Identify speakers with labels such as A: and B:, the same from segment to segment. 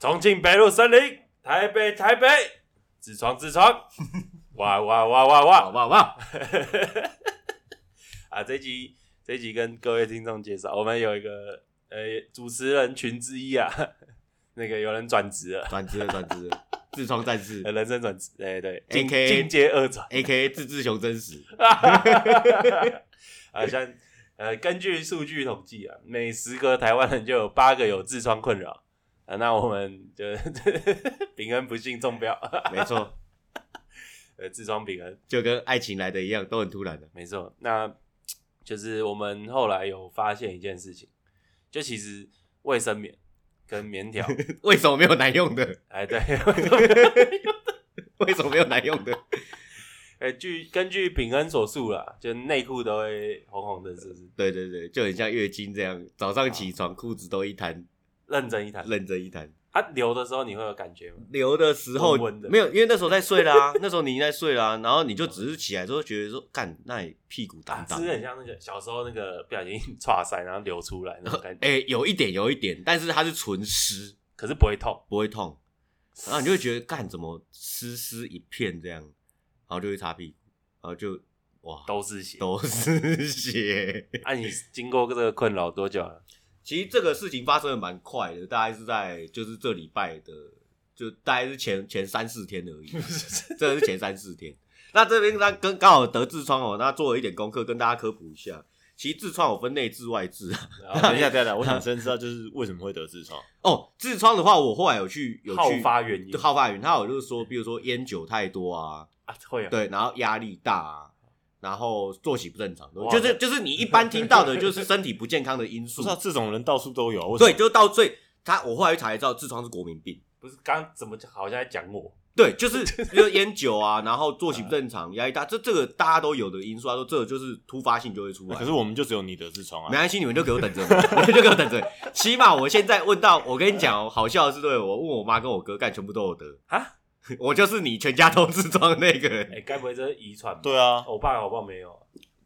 A: 重庆北路森林，台北台北，自创自 创，哇哇哇哇
B: 哇
A: 哇！
B: 哇哇！
A: 啊，这一集这一集跟各位听众介绍，我们有一个呃主持人群之一啊， 那个有人转职了，
B: 转职了，转职了，自创战士
A: 呃人生转职，哎对，进
B: AK
A: 进阶二转。
B: ，A K A 自治熊真实。
A: 啊，像呃，根据数据统计啊，每十个台湾人就有八个有痔疮困扰啊。那我们就 平安不幸中标，
B: 没错，
A: 呃，痔疮平安，
B: 就跟爱情来的一样，都很突然的。
A: 没错。那就是我们后来有发现一件事情，就其实卫生棉跟棉 条，
B: 为什么没有难用的？
A: 哎，对，
B: 为什么没有难用的？
A: 哎，据根据炳恩所述啦，就内裤都会红红的，是不是？
B: 对对对，就很像月经这样，早上起床裤子都一摊，
A: 认真一谈，
B: 认真一摊。
A: 它、啊、流的时候你会有感觉吗？
B: 流的时候
A: 温温的
B: 没有，因为那时候在睡啦、那时候你已经在睡啦、然后你就只是起来之后觉得说，干，那你屁股
A: 啊
B: 挡，
A: 是
B: 挡
A: 不。是很像那个小时候那个不小心 岔塞，然后流出来那种感觉，
C: 呃
B: 哎、有一点，有一点，但是它是纯湿，
A: 可是不会痛。
B: 不会痛。然后你就会觉得干怎么湿湿一片这样，然后就会擦屁股，然后就哇
A: 都是血。
B: 都是 血。
A: 啊，你经过这个困扰多久 了？
B: 其实这个事情发生的蛮快的，大概是在就是这礼拜的，就大概是前前三四天 而已，真的是前三四天。那这边刚跟刚好得痔疮哦，那做了一点功课跟大家科普一下。其实痔疮有分内痔外痔啊。
A: 然后
C: 等一下，等一下，我想先知道就是为什么会得痔疮。
B: 哦，痔疮的话，我后来有去有去
A: 好发原因
B: 对好发原因，它有就是说，比如说烟酒太多啊，
A: 啊，会啊，
B: 对，然后压力大啊，然后作息不正常，
A: 哇
B: 就是就是你一般听到的就是身体不健康的 因
C: 不
B: 素
C: 知。道这种人到处
A: 啊
C: 都有，为什么
B: 对，就到最他，我后来查才知道痔疮是国民病。
A: 不是刚怎么好像在讲我？
B: 对，就是 就是烟酒啊，然后作息
C: 嗯
B: 不正常、压力大，这这个大家都有的因素。他啊说这个就是突发性就会出来。
C: 哎可是我们就只有你得痔疮
B: 没
C: 啊，
B: 关系，你们就给我等着， 你们就给我等着。起码我现在问到，我跟你讲哦，好笑的是，对我问我妈跟我哥，干全部都有得
A: 啊，
B: 我就是你全家都痔疮的那个人。
A: 哎，该不会这是遗传吧？
C: 对啊，
A: 我爸我爸没有啊，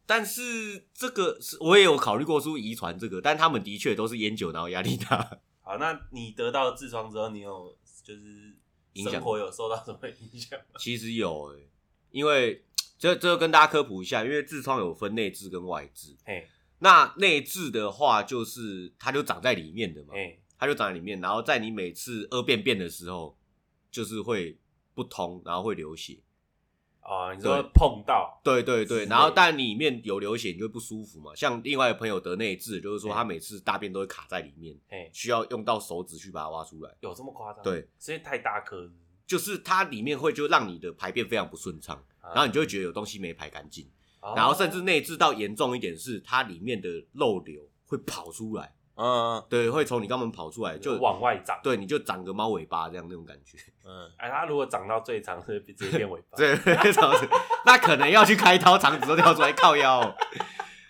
B: 但是这个是我也有考虑过说遗传这个，但他们的确都是烟酒，然后压力 大。
A: 好，那你得到痔疮之后，你有就是
B: 影响
A: 生活有受到什么影响吗？
B: 其实有诶、因为这这跟大家科普一下，因为痔疮有分内痔跟外痔。
A: 哎
B: 那内痔的话，就是它就长在里面的嘛，
A: 哎，
B: 它就长在里面，然后在你每次屙便便的时候，就是会不通，然后会流血。
A: 哦，你说
B: 对
A: 碰到
B: 对对
A: 之
B: 对，
A: 类
B: 然后但里面有流血，你就会不舒服嘛。像另外的朋友得内痔，就是说
A: 嗯
B: 他每次大便都会卡在里面，
A: 哎，
B: 需要用到手指去把它挖出来。
A: 有这么夸张？
B: 对，
A: 是因为太大颗，
B: 就是它里面会就让你的排便非常不顺畅，
A: 然
B: 然后你就会觉得有东西没排干净，
A: 啊哦
B: 然后甚至内痔到严重一点是它里面的肉瘤会跑出来，
C: 嗯
B: 对，会从你肛门跑出来，就
A: 往外长。
B: 对，你就长个猫尾巴这样那种感觉，
C: 嗯，
A: 哎，它如果长到最长， 是直接变尾 巴。
B: 对，肠子那可能要去开刀，肠子都掉出来靠腰 哦。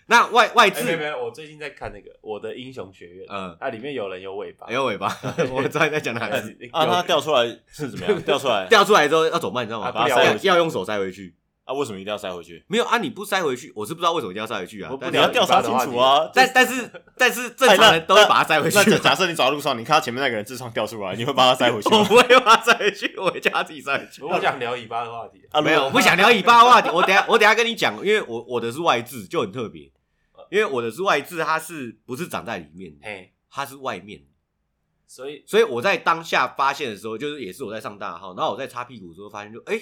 B: 那外外
A: 哎，没有没
B: 痔，
A: 有，我最近在看那个《我的英雄学院》，
B: 嗯，
A: 它里面有人有尾
C: 哎
A: 巴
B: 还，哎有 尾巴，我知道你在讲哪里，
C: 啊，他掉出来是怎 么样？掉出来
B: 掉出来之后要怎么办，你知道吗？
A: 哎啊
C: 把它
B: 要
C: 塞
B: 要
C: 回去
B: 要用手塞回去，
C: 啊？为什么一定要塞 回去？
B: 没有啊？你不塞回去，我是不知道为什么一定要塞回去啊
A: 我，不
B: 但
C: 你
B: 是
C: 要调查清楚啊！
B: 但但是但是正常人都会把它塞回去
C: 那
B: 吧，
C: 假假设你走在路上，你看到前面那个人痔疮掉出来，你会把他塞回 去
B: 我
C: 吗？
B: 不会把它塞回去，我会叫他自己塞回去。
A: 我不想聊尾巴的话题。
C: 啊，
B: 没有，我不想聊尾巴的话题。我等一下我等一下跟你讲，因为我我的是外痔，就很特别，因为我的是外痔，它是不是长在里面的，
A: 嘿，
B: 它是外面的。
A: 所以
B: 所以我在当下发现的时候，就是也是我在上大号，然后我在擦屁股的时候发现就，哎，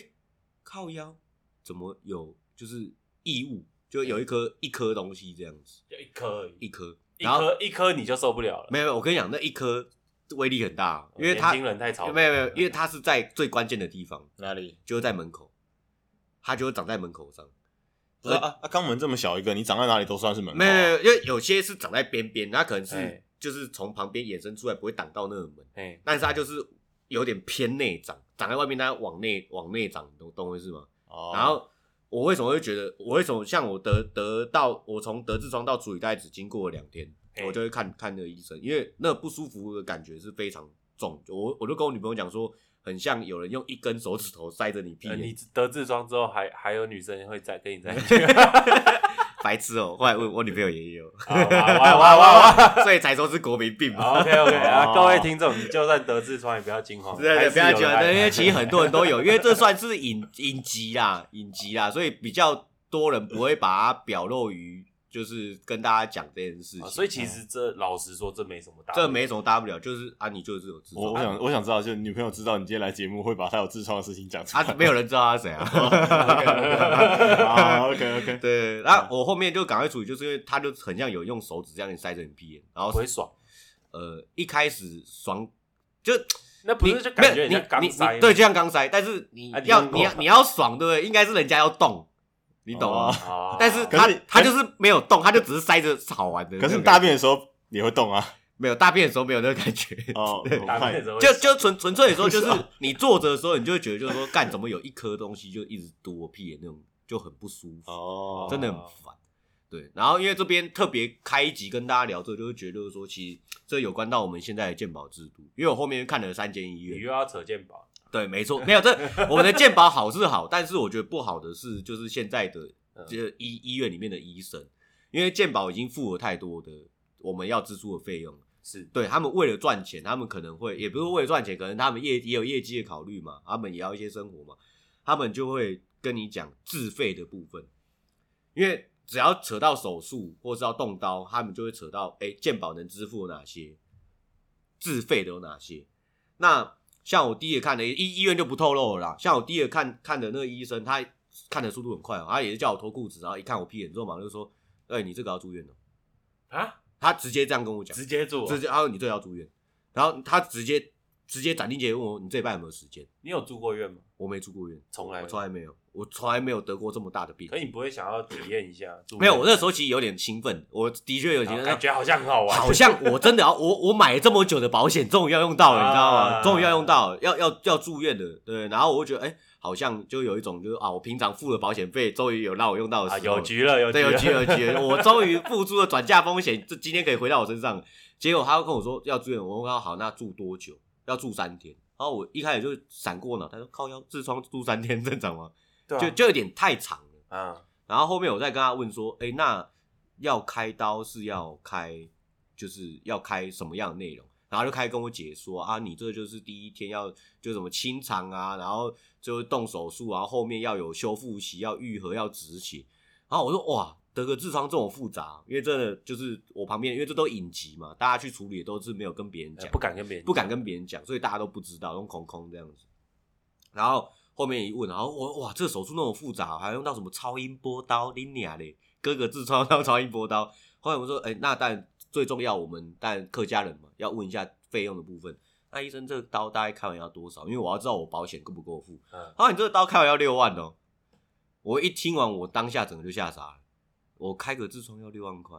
B: 靠腰怎么有就是异物，就有一颗一颗东西这样子，
A: 就一颗而已，
B: 一颗，
A: 一
B: 然后
A: 颗一颗你就受不了了，哦
B: 没有没有，我跟你讲，那一颗威力很大，哦因为它
A: 年轻人太吵了，
B: 没有没有，因为它是在最关键的地方，
C: 哪里？
B: 就是在门口，它就会长在门口上。
C: 不是啊啊，肛门这么小一个，你长在哪里都算是门口啊。
B: 没有没有，因为有些是长在边边，它可能是
A: 哎
B: 就是从旁边衍生出来，不会挡到那个门，
A: 哎，
B: 但是它就是有点偏内长，长在外面，它往内往内长，你懂懂我意思吗？
C: 哦，
B: 然后我为什么会觉得，我为什么像我得得到我从得痔疮到处理袋只经过了两天，
A: 嘿
B: 我就会看看那个医生，因为那不舒服的感觉是非常重。我我就跟我女朋友讲说，很像有人用一根手指头塞着你屁
A: 呃你
B: 眼，
A: 得痔疮之后，还还有女生会再跟你在一起，
B: 白痴哦、后来我我女朋友也有，
A: 好哇哇哇哇哇
B: 所以才说是国民病嘛。
A: ！OK OK 啊，
C: 哦
A: 各位听众，你就算得痔疮也不要惊慌，
B: 对对，不要觉得，因为其实
A: 很
B: 很多人都有，因为这算是隐隐疾啦，隐疾啦，所以比较多人不会把它表露于，就是跟大家讲这件事情。
A: 哦所以其实这老实说，这没什么大，
B: 这没什么大不了，就是啊，你就是有痔
C: 我
B: 疮
C: 我想我想知道，就是女朋友知道你今天来节目，会把她有痔疮的事情讲出来。
B: 啊，没有人知道他是 谁啊。
A: 哦
C: 啊，OK OK，
B: 对，
A: 嗯
B: 那我后面就赶快处理，就是因为他就很像有用手指这样塞着你屁眼，然
A: 不
B: 后
A: 会爽，
B: 呃一开始爽就
A: 那不
B: 你
A: 是就感觉
B: 没有
A: 人家
B: 你
A: 刚
B: 你
A: 塞吗
B: 你对，就像刚塞，但是你
A: 啊你
B: 要
A: 用过
B: 你要你要爽，对不对？应该是人家要动，你懂啊吗？
C: 哦
A: 哦
B: 但是
C: 可
B: 他
C: 是
B: 他就是没有动，他就只是塞着好玩的那种
C: 可
B: 感觉。
C: 是你大便的时候也会动啊。
B: 没有大便的时候没有那个感觉，
C: 哦，我
A: 打
C: 看
A: 开的时候会
B: 就就纯纯粹地说，就是你坐着的时候，你就会觉得就是说，干怎么有一颗东西就一直堵我屁眼那种，就很不舒服。
C: 哦，
B: 真的很烦。对，然后因为这边特别开一集跟大家聊这个，就是觉得就是说，其实这有关到我们现在的健保制度，因为我后面看了三间医
A: 你
B: 院，
A: 又要扯健保，
B: 对，没错，没有这我们的健保好是好，但是我觉得不好的是就是现在的
A: 嗯
B: 这个医医院里面的医生，因为健保已经付了太多的我们要支出的费用，
A: 是
B: 对他们为了赚钱，他们可能会也不是为了赚钱，可能他们业也有业绩的考虑嘛，他们也要一些生活嘛，他们就会跟你讲自费的部分，因为只要扯到手术或是要动刀，他们就会扯到哎、诶健保能支付有哪些，自费的有哪些。那像我第一个看的医医院就不透露了啦，像我第一个看看的那个医生，他看的速度很快、哦，他也是叫我脱裤子，然后一看我屁眼之后，马上就说：“哎、你这个要住院了。
A: 啊，”
B: 他直接这样跟我讲，
A: 直接住哦，
B: 直接他说你这个要住院，然后他直接直接斩钉截铁问我你这礼拜有没有时间？
A: 你有住过院吗？
B: 我没住过院，
A: 从来
B: 我
A: 没
B: 从来没有，我从来没有得过这么大的病
A: 可。你不会想要体验一 下？住
B: 没有，我那时
A: 候
B: 候其实有点兴奋，我的确有点
A: 啊感觉好像很好玩，
B: 好像我真的要我我买了这么久的保险，终于要用到了，你知道吗？
A: 啊
B: 终于要用到了，要要要住院的，对。然后我就觉得，哎，好像就有一种就是啊，我平常付的保险费，终于有让我用到 的
A: 啊，
B: 时候
A: 有
B: 了。
A: 局了，有
B: 哦对，有
A: 局
B: 局有局，我终于付出了转嫁风险，这今天可以回到我身上。结果他又跟我说要住院，我问他好，那住多久？要住三天。然后我一开始就闪过脑，他说靠腰痔疮住三天正常吗？
A: 对啊
B: 就就有点太长了。
A: 啊，
B: 然后后面我再跟他问说，哎，那要开刀是要开，就是要开什么样的内容？然后就开始跟我解说啊，你这就是第一天要就什么清肠啊，然后就是动手术啊，然后后面要有修复期，要愈合，要止血。然后我说哇，得个痔疮这么复杂，因为真的就是我旁边，因为这都隐疾嘛，大家去处理也都是没有跟别人讲，
A: 呃不敢跟别人
B: 不敢跟别人讲，所以大家都不知道，用空空这样子。然后后面一问，然后我哇， 这手术那么复杂，还用到什么超音波刀、你俩嘞，哥哥痔疮到超音波刀。后来我说，哎、那当然最重要，我们当然客家人嘛，要问一下费用的部分。那医生这个刀大概开完要多少？因为我要知道我保险够不够付。
A: 嗯
B: 啊他说你这个刀开完要六万哦。我一听完，我当下整个就吓傻了。我开个痔疮要六万块，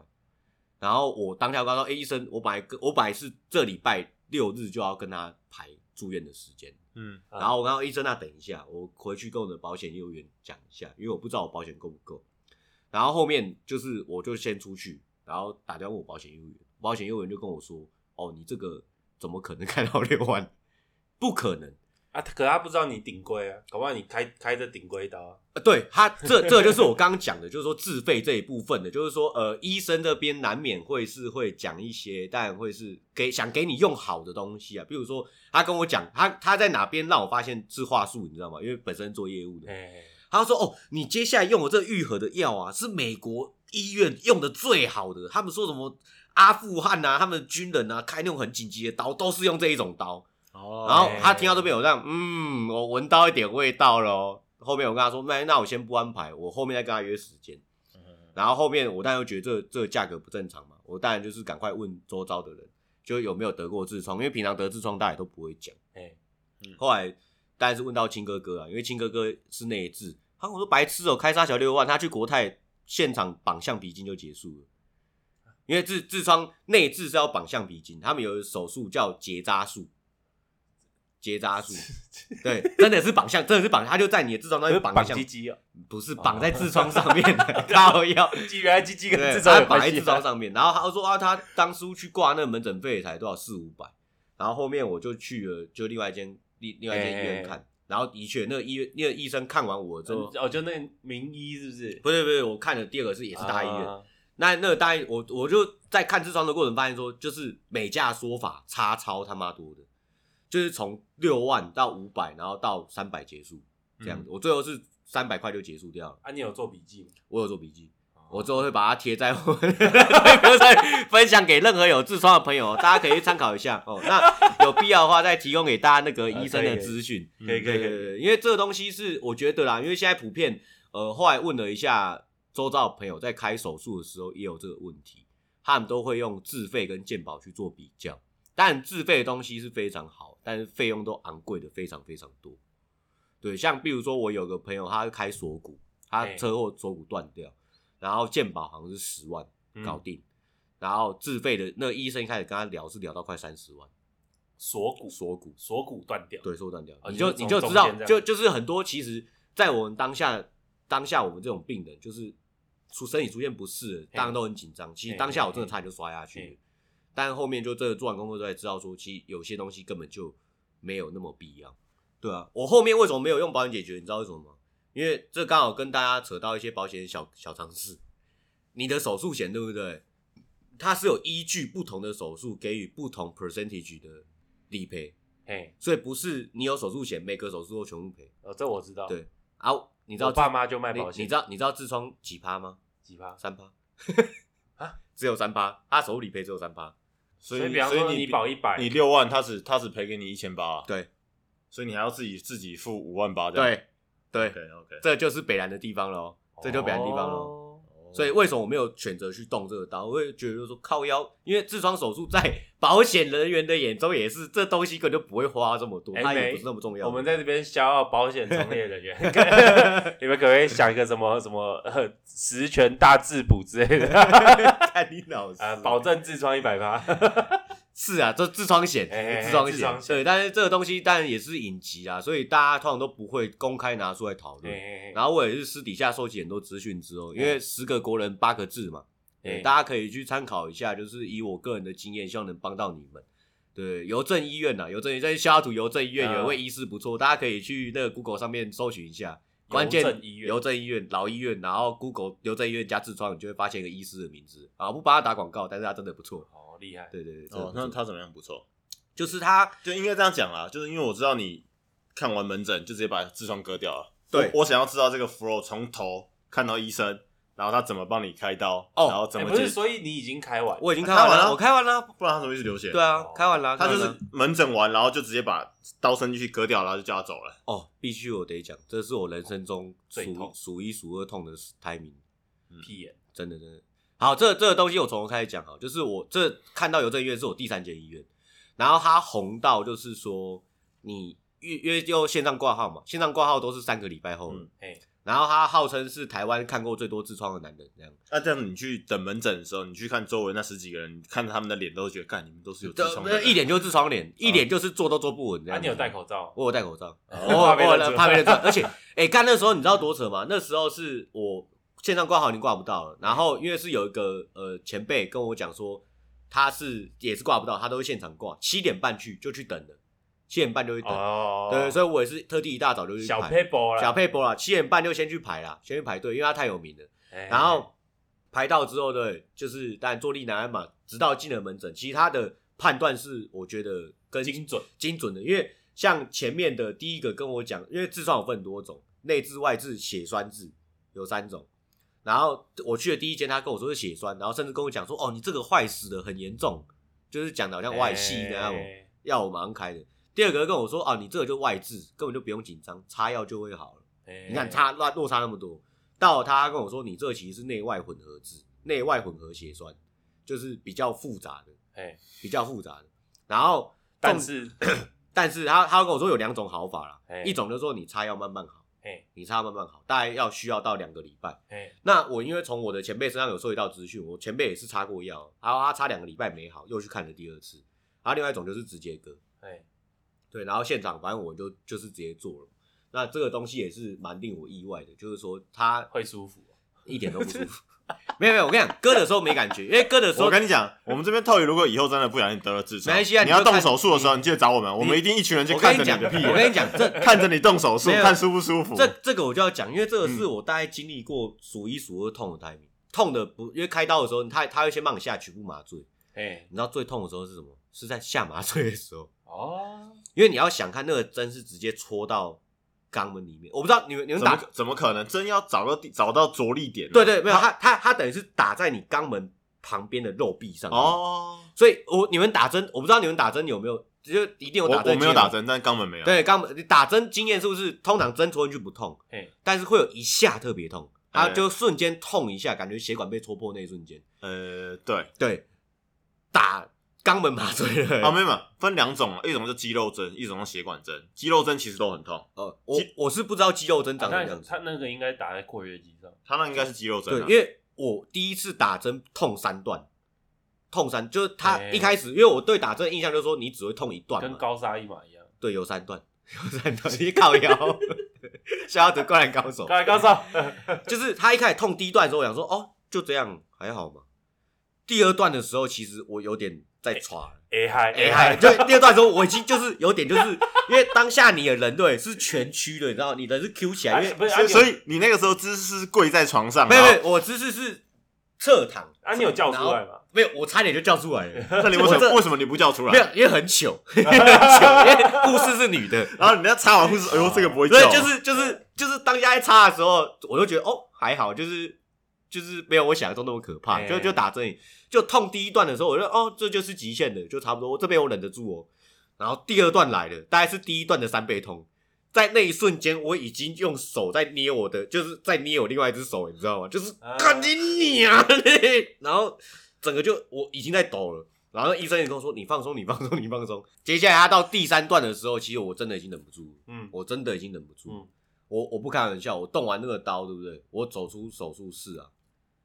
B: 然后我当下跟他说：“哎、医生，我本来跟我本来是这礼拜六日就要跟他排住院的时间，
C: 嗯，
A: 嗯
B: 然后我刚刚医生那等一下，我回去跟我的保险业务员讲一下，因为我不知道我保险够不够。然后后面就是我就先出去，然后打电话问我保险业务员，保险业务员就跟我说：“哦，你这个怎么可能开到六万？ 不可能。”
A: 啊，可他不知道你顶规啊，搞不好你开开着顶规刀啊，
B: 呃对他，这这就是我刚刚讲的，就是说自费这一部分的，就是说呃，医生这边难免会是会讲一些，但会是给想给你用好的东西啊，比如说他跟我讲他他在哪边让我发现是话术，你知道吗？因为本身做业务的，
A: 哎，
B: 他说：“哦，你接下来用的这愈合的药啊，是美国医院用的最好的。他们说什么阿富汗啊，他们军人啊开那种很紧急的刀，都是用这一种刀。
C: 哦
B: 然后他听到这边有这样，嗯，我闻到一点味道喽。后面我跟他说，那那我先不安排，我后面再跟他约时间。然后后面我当然就觉得这这价格不正常嘛，我当然就是赶快问周遭的人，就有没有得过痔疮，因为平常得痔疮大家也都不会讲。
A: 哎，
B: 后来当然是问到亲哥哥啊，因为亲哥哥是内置，他跟我说白痴哦、开杀小六万，他去国泰现场绑橡皮筋就结束了。因为痔痔疮内痔是要绑橡皮筋，他们有手术叫结扎术，结扎术， 对，真的是绑橡，真的是绑，他就在你的痔疮上面绑
A: 绑
B: 一项
A: 鸡，鸡哦，
B: 不是绑在痔疮上面 的， 靠腰，
A: 鸡原来鸡鸡跟
B: 对，
A: 痔疮
B: 他
A: 有
B: 绑
A: 关
B: 在
A: 系
B: 痔
A: 啊
B: 疮，上面，然后他说啊，他当初去挂那个门诊
A: 哎
B: 费才多少四五百，然后后面我就去了，就另外一间另另外一间医院看，然后的确，那个医那个医生看完我之后，
A: 哦，就那名医是不是？
B: 不对不对，我看了第二个是也是大医院，
A: 啊
B: 那那个大医我我就在看痔疮的过程发现说，就是每家说法差超他妈多的，就是从六万到五百，然后到三百结束这样子，我最后是三百块就结束掉了，
A: 嗯啊，你有做笔记吗？
B: 我有做笔记。我之后会把它贴在我们的不要再分享给任何有痔疮的朋友，大家可以参考一下哦。那有必要的话，再提供给大家那个医生的资讯。
C: 嗯
A: 啊可以可
B: 对
A: 以可
B: 对
A: 以，
B: 对，因为这个东西是我觉得啦，因为现在普遍，呃，后来问了一下周遭的朋友，在开手术的时候也有这个问题，他们都会用自费跟健保去做比较。但自费的东西是非常好，但是费用都昂贵的非常非常多。对，像比如说我有个朋友，他开锁骨，他
A: 哎
B: 车祸锁骨断掉，然后健保好像是十万
A: 嗯
B: 搞定，然后自费的那个医生一开始跟他聊是聊到快三十万，
A: 锁骨
B: 锁骨
A: 锁骨断掉，
B: 对，，手断掉，
A: 哦
B: 你
A: 就
B: 就是你就
A: 中
B: 知道
A: 中间，这
B: 就
A: 样
B: 就是很多其实，在我们当下当下我们这种病人，就是出身体出现不适了，当然都很紧张。其实
A: 嘿
B: 当下我
A: 嘿
B: 真的
A: 嘿
B: 差点就摔下去了
A: 嘿，
B: 但后面就真的做完工作之后才知道说，其实有些东西根本就没有那么必要。对啊，我后面为什么没有用保险解决？你知道为什么吗？因为这刚好跟大家扯到一些保险小小常识。你的手术险对不对？它是有依据不同的手术给予不同 percentage 的理赔。
A: 哎，
B: 所以不是你有手术险，每个手术都全部赔
A: 哦，这我知道，
B: 对啊。你知道
A: 我爸妈就卖
B: 你
A: 保险，
B: 你知道你知道痔疮几趴吗？
A: 几趴？
B: 三趴
A: 啊，
B: 只有三趴，他手术理赔只有三趴。
C: 所
A: 所
C: 以
A: 以比方
C: 所
A: 说
C: 以
A: 你保一百，
C: 你六万，他只他只赔给你一千八，啊
B: 对
C: 所以你还要自己自己付五万八这样。
B: 对对，
C: ，OK OK，
B: 这就是北兰的地方喽，这就北兰的地方喽。
A: 哦。
B: 所以为什么我没有选择去动这个刀？我会觉得说靠腰，因为痔疮手术在 保险人员的眼中也是这东西根本就不会花这么多，
A: 哎
B: 它也
A: 没
B: 不是那么重要。
A: 我们在 这边消耗保险从业人 员，你们可不可以想一个什么什么呃十全大滋补之类的
B: 看你老师
A: 啊？保证痔疮一百 趴，
B: 嗯是啊，这痔疮险，
A: 哎哎
B: 痔疮
A: 痔疮
B: 险，
A: 险
B: 对，但是这个东西当然也是隐疾啊，所以大家通常都不会公开拿出来讨论。
A: 然
B: 然后我也是私底下收集很多资讯之后，因
A: 哎
B: 为十个国人八个字嘛，对，大家可以去参考一下，就是以我个人的经验，希望能帮到你们。对，邮政医院呐、邮政医院，下图邮政医院
A: 啊
B: 有一位医师不错，大家可以去那个 Google 上面搜寻一下，关键
A: 邮政医院
B: 邮政医院老医院，然后 Google 邮政医院加痔疮，你就会发现一个医师的名字啊，不帮他打广告，但是他真的不错。
A: 哦厉害，
B: 对对对，真的
C: 哦，
B: 不
C: 那
B: 错
C: 他怎么样？不错，
B: 就是他
C: 就应该这样讲啦，就是因为我知道你看完门诊就直接把痔疮割掉了。
B: 对
C: 我我想要知道这个 flow 从头看到医生，然后他怎么帮你开刀，
B: 哦
C: 然后怎
A: 哎
C: 么
A: 不
C: 解
A: 是，，所以你已经开完，
B: 我已经开完
C: 开完
B: 了，
C: 了
B: 我开完了。
C: 不然他怎么一直流血？
B: 对啊
A: 哦，
B: 开完了。
C: 他就
B: 开完
C: 是
B: 了
C: 门诊完，然后就直接把刀伸进去割掉，然后就叫他走了。
B: 哦，必须我得讲，这是我人生中
A: 最
B: 数
A: 痛
B: 数一数二痛的 timing，
A: 屁眼，
B: 真的真的。好，这这个东西我从头开始讲好，就是我这看到邮政医院是我第三间医院，然后它红到就是说你预约就线上挂号嘛，线上挂号都是三个礼拜后了，
C: 嗯
A: 哎
B: 然后它号称是台湾看过最多痔疮的男人这样。
C: 那啊这样子你去等门诊的时候，你去看周围那十几个人，你看他们的脸，都觉得，干你们都是有痔疮的
B: 这
C: 人，嗯
B: 一点就是痔疮脸，一点就是坐都坐不稳这
A: 啊
B: 样。
A: 你有戴口罩？
B: 我有戴口罩，
A: 哦怕
B: 我我
A: 被认出
B: 我怕被 认出来，而且哎，干、那时候你知道多扯吗？那时候是我线上挂号已经挂不到了，然后因为是有一个呃前辈跟我讲说，他是也是挂不到，他都会现场挂，七点半去就去等了，七点半就去等，
A: 哦，
B: 对，所以我也是特地一大早就去
A: 小
B: 排
A: paper 啦，
B: 小佩波啦，七点半就先去排啦，先去排队，因为他太有名了。
A: 哎
B: 然后排到之后呢，就是当然坐立难安嘛，直到进了门诊，其实他的判断是我觉得跟
A: 精准
B: 精准的，因为像前面的第一个跟我讲，因为痔疮有分很多种，内痔、外痔、血栓痔有三种。然后我去的第一间，他跟我说是血栓，然后甚至跟我讲说，哦，你这个坏死的很严重，就是讲的好像外系那样，
A: 哎
B: 药我马上开的。第二个跟我说，哦，你这个就外痔，根本就不用紧张，擦药就会好了。
A: 哎
B: 你看差落落差那么多，到他跟我说你这其实是内外混合制，内外混合血栓，就是比较复杂的，
A: 哎，
B: 比较复杂的。然后，
A: 但是
B: 但是他他跟我说有两种好法啦
A: 哎，
B: 一种就是说你擦药慢慢好，
A: 哎
B: 你擦药慢慢好，大概要需要到两个礼拜。
A: 哎
B: 那我因为从我的前辈身上有收集到资讯，我前辈也是擦过药，然后他擦两个礼拜没好，又去看了第二次。然后另外一种就是直接割，
A: 哎，
B: 对，然后现场反正我就就是直接做了。那这个东西也是蛮令我意外的，就是说他
A: 会舒服，
B: 一点都不舒服。 没有没有，我跟你讲，割的时候没感觉，因为割的时候
C: 我跟你讲，我们这边透宇如果以后真的不小心得了痔疮，
B: 没关系啊
C: 你
B: 你就
C: 要动
B: 看
C: 手术的时候，你记得找我们，我们一定一群人去看着
B: 讲，
C: 的屁啊
B: 我
C: 眼，
B: 跟你讲，这
C: 看着你动手术，
B: 没有
C: 看舒不舒服。
B: 这这个我就要讲，因为这个
C: 嗯
B: 是我大概经历过数一数二痛的 timing，、痛的不，因为开刀的时候，他他会先帮你下局部麻醉，
A: 哎，
B: 你知道最痛的时候是什么？是在下麻醉的时候，
A: 哦，
B: 因为你要想看那个针是直接戳到肛门里面，我不知道你们你们
C: 怎
B: 打
C: 么怎么可能？真要找到地找到着力点啊？
B: 对对没有，他他他等于是打在你肛门旁边的肉壁上面，
C: 哦，
B: 所以我你们打针，我不知道你们打针有没有，就一定有
C: 我
B: 打针，
C: 我没有打。针，但肛门没有。
B: 对，肛门你打针经验是不是通常针戳进去不痛
A: 嘿，
B: 但是会有一下特别痛，然后
C: 哎
B: 就瞬间痛一下，感觉血管被戳破那一瞬间。
C: 呃，对，
B: 对，打肛门麻醉了。
C: 啊，没有没有，分两种啊，一种是肌肉针，一种是血管针。肌肉针其实都很痛，
B: 呃，我我是不知道肌肉针
A: 他
B: 长什么样子，
A: 他啊那个应该打在括约肌上，
C: 它那应该是肌肉针
B: 对，
C: 啊。
B: 因为我第一次打针痛三段，痛三就是他
A: 哎
B: 一开始，因为我对打针的印象就是说你只会痛一段
A: 跟
B: 嘛，
A: 高沙一码一样。
B: 对，有三段，有三段，你 靠腰，想要得灌篮高手，
A: 刚才高 沙，
B: 就是他一开始痛第一段的时候，我想说哦，就这样还好嘛。第二段的时候，其实我有点在喘，
A: 哎嗨
B: 哎 嗨，就第二段的时候，我已经就是有点就是，因为当下你的人对是蜷曲的，你知道，你人是 Q 起来，因为
A: 哎不是，啊你有
C: 所以所以你那个时候姿势是跪在床上，啊
B: 没有没
C: 然后
B: 有，我姿势是侧躺。
A: 啊，你有叫出
B: 然后
A: 来吗？
B: 没有，我差点就叫出来 了。
C: 那你为什
B: 我这
C: 么为什么你不叫出
B: 没有
C: 来？，
B: 因为很糗， 因为很糗，因为护士是女的，
C: 然后人家插完护士，哎呦，这个不会
B: 所
C: 叫
B: 以
C: 啊，
B: 就是就是就是当下在插的时候，我就觉得哦还好，就是就是没有我想象中那么可怕，
A: 哎
B: 就就打针就痛第一段的时候，我就哦这就是极限的，就差不多，这边我忍得住哦。然后第二段来了，大概是第一段的三倍痛，在那一瞬间，我已经用手在捏我的，就是在捏我另外一只手，你知道吗？就是
A: 啊
B: 干你娘嘞！ 然后整个就我已经在抖了。然后医生也跟我说：“你放松，你放松，你放松。”接下来他到第三段的时候，其实我真的已经忍不住了。
A: 嗯，
B: 我真的已经忍不住。
A: 嗯
B: 我我不开玩笑，我动完那个刀，对不对？我走出手术室啊，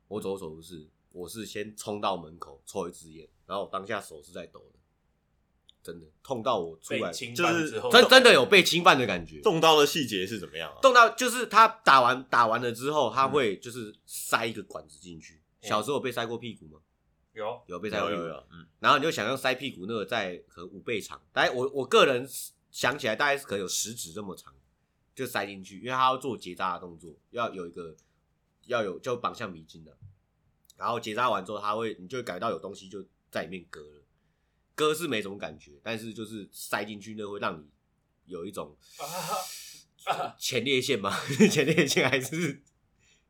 B: 我走出手术室，我是先冲到门口抽一支烟，然后我当下手是在抖的，真的痛到我出
A: 被
B: 来，
A: 侵
C: 就
A: 犯
C: 是
A: 之后，
B: 真真的有被侵犯的感觉。
C: 动刀的细节是怎么样啊？
B: 动到就是他打完打完了之后，他会就是塞一个管子进去。
A: 嗯
B: 小时候有被塞过屁股吗？
A: 有
B: 有被
C: 有
B: 塞过屁股
C: 有，有，嗯，
B: 然后你就想象塞屁股那个在可能五倍长，大概我我个人想起来大概是可能有食指这么长，就塞进去，因为他要做结扎的动作，要有一个要有就绑橡皮筋的，然后结扎完之后，他会你就会感觉到有东西就在里面割了，割是没什么感觉，但是就是塞进去那会让你有一 种前列腺吗？ 前列腺还是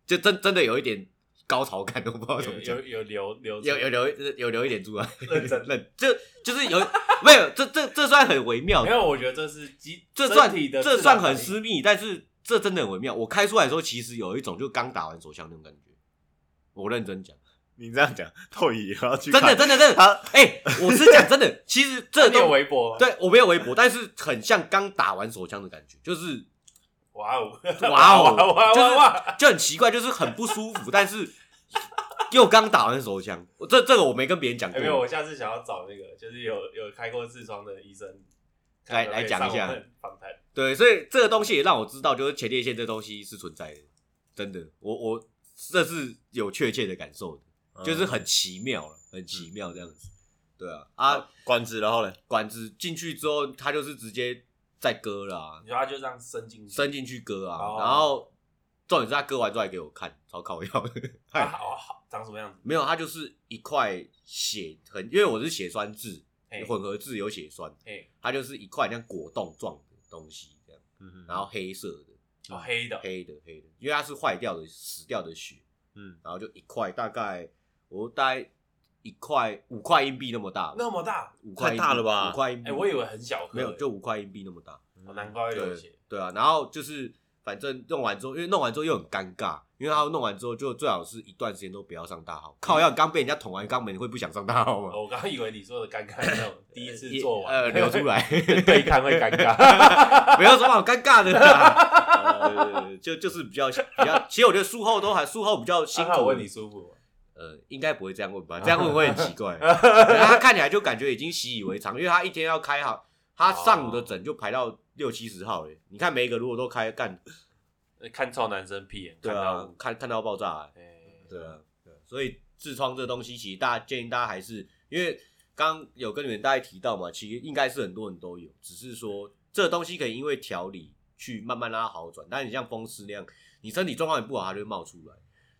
B: 就真真的有一点高潮感，我不知道怎么
A: 有
B: 讲
A: 有。有留留
B: 有有留有留一点出来，
A: 认 真
B: 认就就是有 没有这这这算很微妙
A: 没，有？我觉得这是机，
B: 这算
A: 身体的自
B: 这
A: 然
B: 算
A: 反
B: 很
A: 应
B: 私密，但是这真的很微妙。我开出来的时候，其实有一种就刚打完手枪那种感觉。我认真讲，
C: 你这样讲，透宇也要去
B: 真的
C: 看
B: 真的真
C: 他
B: 的，哎，我是讲真的，其实这
A: 你有
B: 都
A: 微博吗？
B: 对我没有微博，但是很像刚打完手枪的感觉，就是
A: 哇哦，
B: 哇哦
A: 哇哇
B: 就是
A: 哇哇！
B: 就很奇怪，就是很不舒服，但是又刚打完手枪，我这这个我没跟别人讲
A: 哎没有，
B: 过
A: 我，下次想要找那个，就是有有开过痔疮的医生
B: 来
A: 看
B: 来
A: 可以
B: 讲一
A: 上
B: 下
A: 我们访谈。
B: 对，所以这个东西也让我知道，就是前列腺这东西是存在的，真的，我我这是有确切的感受的，
C: 嗯
B: 就是很奇妙了，很奇妙这样子。对啊，啊，
C: 啊管子，然后嘞，
B: 管子进去之后，它就是直接在割了啊，
A: 你说他就这样伸进去，
B: 伸进去割啊
A: 哦，
B: 然后重点是他割完之后还给我看，超靠药的。
A: 啊好好长什么样子？
B: 没有，它就是一块血很，因为我是血栓痣，
A: 嘿
B: 混合痣有血栓，
A: 嘿，
B: 它就是一块像果冻状的东西这样，
C: 嗯
B: 然后黑色的，
A: 哦黑的，
B: 黑的黑的，因为它是坏掉的死掉的血，
C: 嗯，
B: 然后就一块大概我大概一块五块硬币那么大，
A: 那么大，
B: 五块硬币
C: 太大了吧
B: 五块硬币，
A: 哎，我以为很小颗，
B: 没有，就五块硬币那么大，
A: 哦难怪会流血
B: 对。对啊，然后就是反正弄完之后，因为弄完之后又很尴尬，因为他弄完之后就最好是一段时间都不要上大号，靠，要你刚被人家捅完肛门，你会不想上大号吗？
A: 哦我刚刚以为你说的尴尬是那种第一次
B: 也
A: 做完
B: 呃流出来，
A: 对看会尴 尬。
B: 不要说好尴尬的 啦，呃就就是比较比较，其实我觉得术后都还术后比较辛
A: 幸
B: 苦。
A: 好啊问你舒服吗？
B: 呃，应该不会这样问吧？这样问会很奇 怪。可是他看起来就感觉已经习以为常，因为他一天要哦开好，他上午的诊就排到六七十号了。你看每一个如果都开干，
A: 呃看臭男生屁眼，
B: 对
A: 看到
B: 啊
A: 无，
B: 看看到爆炸、欸，
A: 哎
B: 对啊，对啊所以痔疮这东西，其实大家建议大家还是，因为刚刚有跟你们大家提到嘛，其实应该是很多人都有，只是说这东西可以因为调理去慢慢让它好转。但你像风湿那样，你身体状况也不好，它就会冒出来。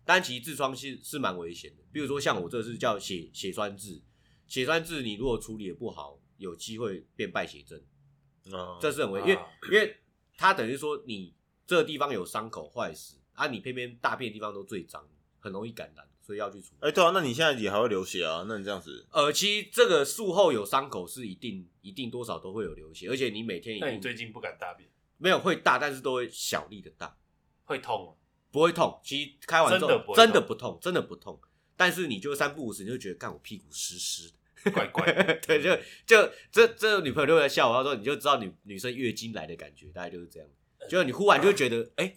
B: 但其实痔疮是是蛮危险的，比如说像我这是叫血血栓痣，血栓痣你如果处理的不好，有机会变败血症，
C: 嗯
B: 这是很危险，因为
A: 啊
B: 因为它等于说你这个地方有伤口坏死啊，你偏偏大便的地方都最脏，很容易感染，所以要去处理。
C: 哎、对啊，那你现在也还会流血啊？那你这样子，
B: 呃，其实这个术后有伤口是一定一定多少都会有流血，而且你每天
A: 那你
B: 一
A: 最
B: 定
A: 近不敢大便，
B: 没有会大，但是都会小力的大，
A: 会痛吗？
B: 不会痛。其实开完之
A: 真的不
B: 后
A: 会
B: 真的
A: 痛
B: 不痛，真的不痛。但是你就三不五时你就觉得，干我屁股湿湿的，
A: 怪怪的，
B: 对，就就这这女朋友就在笑我，她说你就知道女女生月经来的感觉，大概就是这样。
C: 呃
B: 就是你忽然就觉得，哎、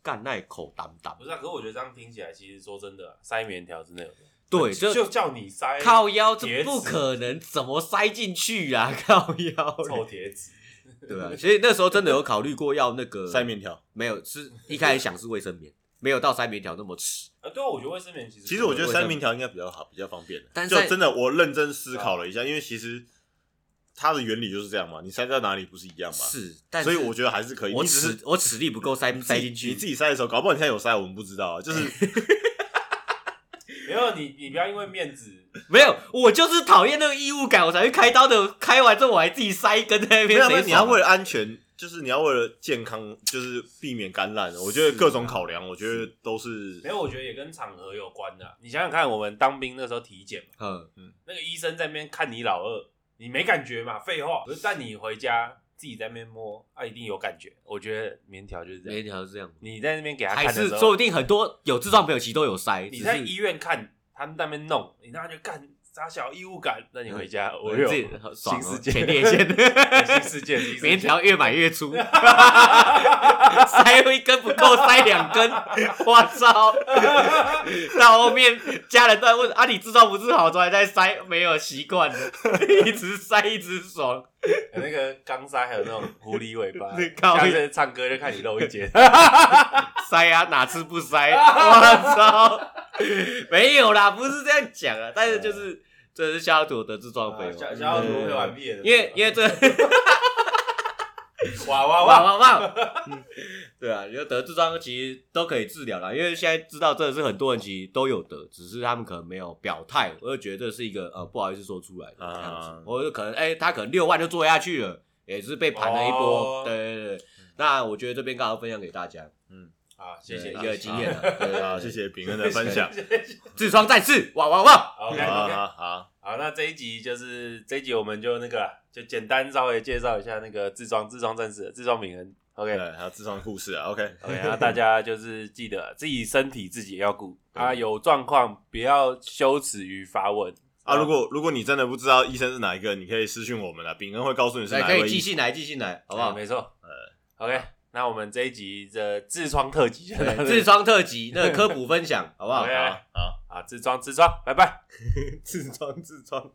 B: 干那口淡淡
C: 呃
A: 不，是啊。可是我觉得这样听起来，其实说真的啊，塞棉条真的有用，
B: 对，
A: 就
B: 就
A: 叫你塞
B: 靠腰，
A: 铁子
B: 这不可能，怎么塞进去啊？靠腰 嘞，
A: 臭铁子，
B: 对啊，所以那时候真的有考虑过要那个
C: 塞，面条。
B: 没有是一开始想是卫生棉，没有到塞棉条那么吃。
A: 啊，对啊，我觉得卫生棉其实
C: 其实我觉得
B: 我
C: 塞面条应该比较好，比较方便。
B: 但
C: 就
B: 塞
C: 真的，我认真思考了一下，因为其实它的原理就是这样嘛，你塞在哪里不是一样嘛？
B: 是，但
C: 所
B: 是
C: 以我觉得还是可以。
B: 我
C: 你只
B: 齿
C: 是
B: 我齿力不够塞塞进去，
C: 你自己塞的时候，搞不好你现在有塞，我们不知道啊。 就是
A: 没有你，你不要因为面子，
B: 没有，我就是讨厌那个异物感，我才会开刀的。开完之后我还自己塞一根在那
C: 没
B: 边，
C: 有，没
B: 谁爽啊
C: 有你要为了安全，就是你要为了健康，就是避免感染。我觉得各种考量，我觉得都是
A: 没有，我觉得也跟场合有关的啊。你想想看，我们当兵那时候体检嘛，
B: 嗯，
A: 那个医生在那边看你老二，你没感觉嘛？废话，可是但你回家自己在那边摸，啊，一定有感觉。我觉得棉条就是这
B: 棉
A: 样，
B: 条是这样，
A: 你在那边给他
B: 还
A: 看的
B: 是
A: 时
B: 说
A: 候，
B: 不定很多有痔疮朋友其实都有塞，
A: 你
B: 只
A: 在
B: 是
A: 医院看他们在那边弄，你那就干傻小异物感，那你回家，我有
B: 自己爽哦
A: 新世界
B: 前列 腺，
A: 新世界，新世界
B: 棉条越买越 粗，塞一根不够，塞两根，我操！到后面家人都在问：啊，你痔疮不治好，怎么还在塞？没有习惯了，一直塞一直爽。
A: 有那个钢塞，还有那种狐狸尾 巴
B: 你，靠
A: 下次唱歌就看你露一 截。
B: 塞啊，哪次不塞？我操！没有啦，不是这样讲啊，但是
A: 哦
B: 就是这是小土得痔疮 绯闻，
A: 想想要多会玩屁眼的，
B: 哦 因为因为这。
A: 哇哇
B: 哇
A: 哇，
B: 哇哇！ 对啊，因为得痔疮其实都可以治疗啦，因为现在知道真的是很多人其实都有得，只是他们可能没有表态，我就觉得这是一个呃不好意思说出来的这样子
C: 啊，
B: 或者可能哎、他可能六万就做下去了，也是被盘了一波，
A: 哦
B: 对对对。那我觉得这边刚好分享给大家，
A: 啊，谢谢
B: 对一个经验啊，对
C: 啊，谢。谢平恩的分 享。
B: 痔疮再次，哇哇哇！
A: OK
C: 好
A: OK，
C: 好好，
A: 好，那这一集就是这一集，我们就那个啦就简单稍微介绍一下那个自装自装战士自装名人。
C: 对，
A: OK
C: 还有痔疮护士啊，OK，
A: OK，那大家就是记得自己身体自己要顾啊，有状况不要羞耻于发问
C: 啊，如果如果你真的不知道医生是哪一个，你可以私讯我们啊，炳恩会告诉你是
B: 来
C: 哪
B: 可
C: 一
B: 以
C: 位
B: 寄
C: 医生。
B: 信来，寄信来，好不
A: 哎
B: 好？
A: 没错，呃，OK，那我们这一集的痔疮特辑就到
B: 对
A: 这里，
B: 痔疮特辑那个科普分享，好不好？
A: OK
C: 好，
A: 啊，痔疮痔疮，拜拜。
C: 痔疮痔疮。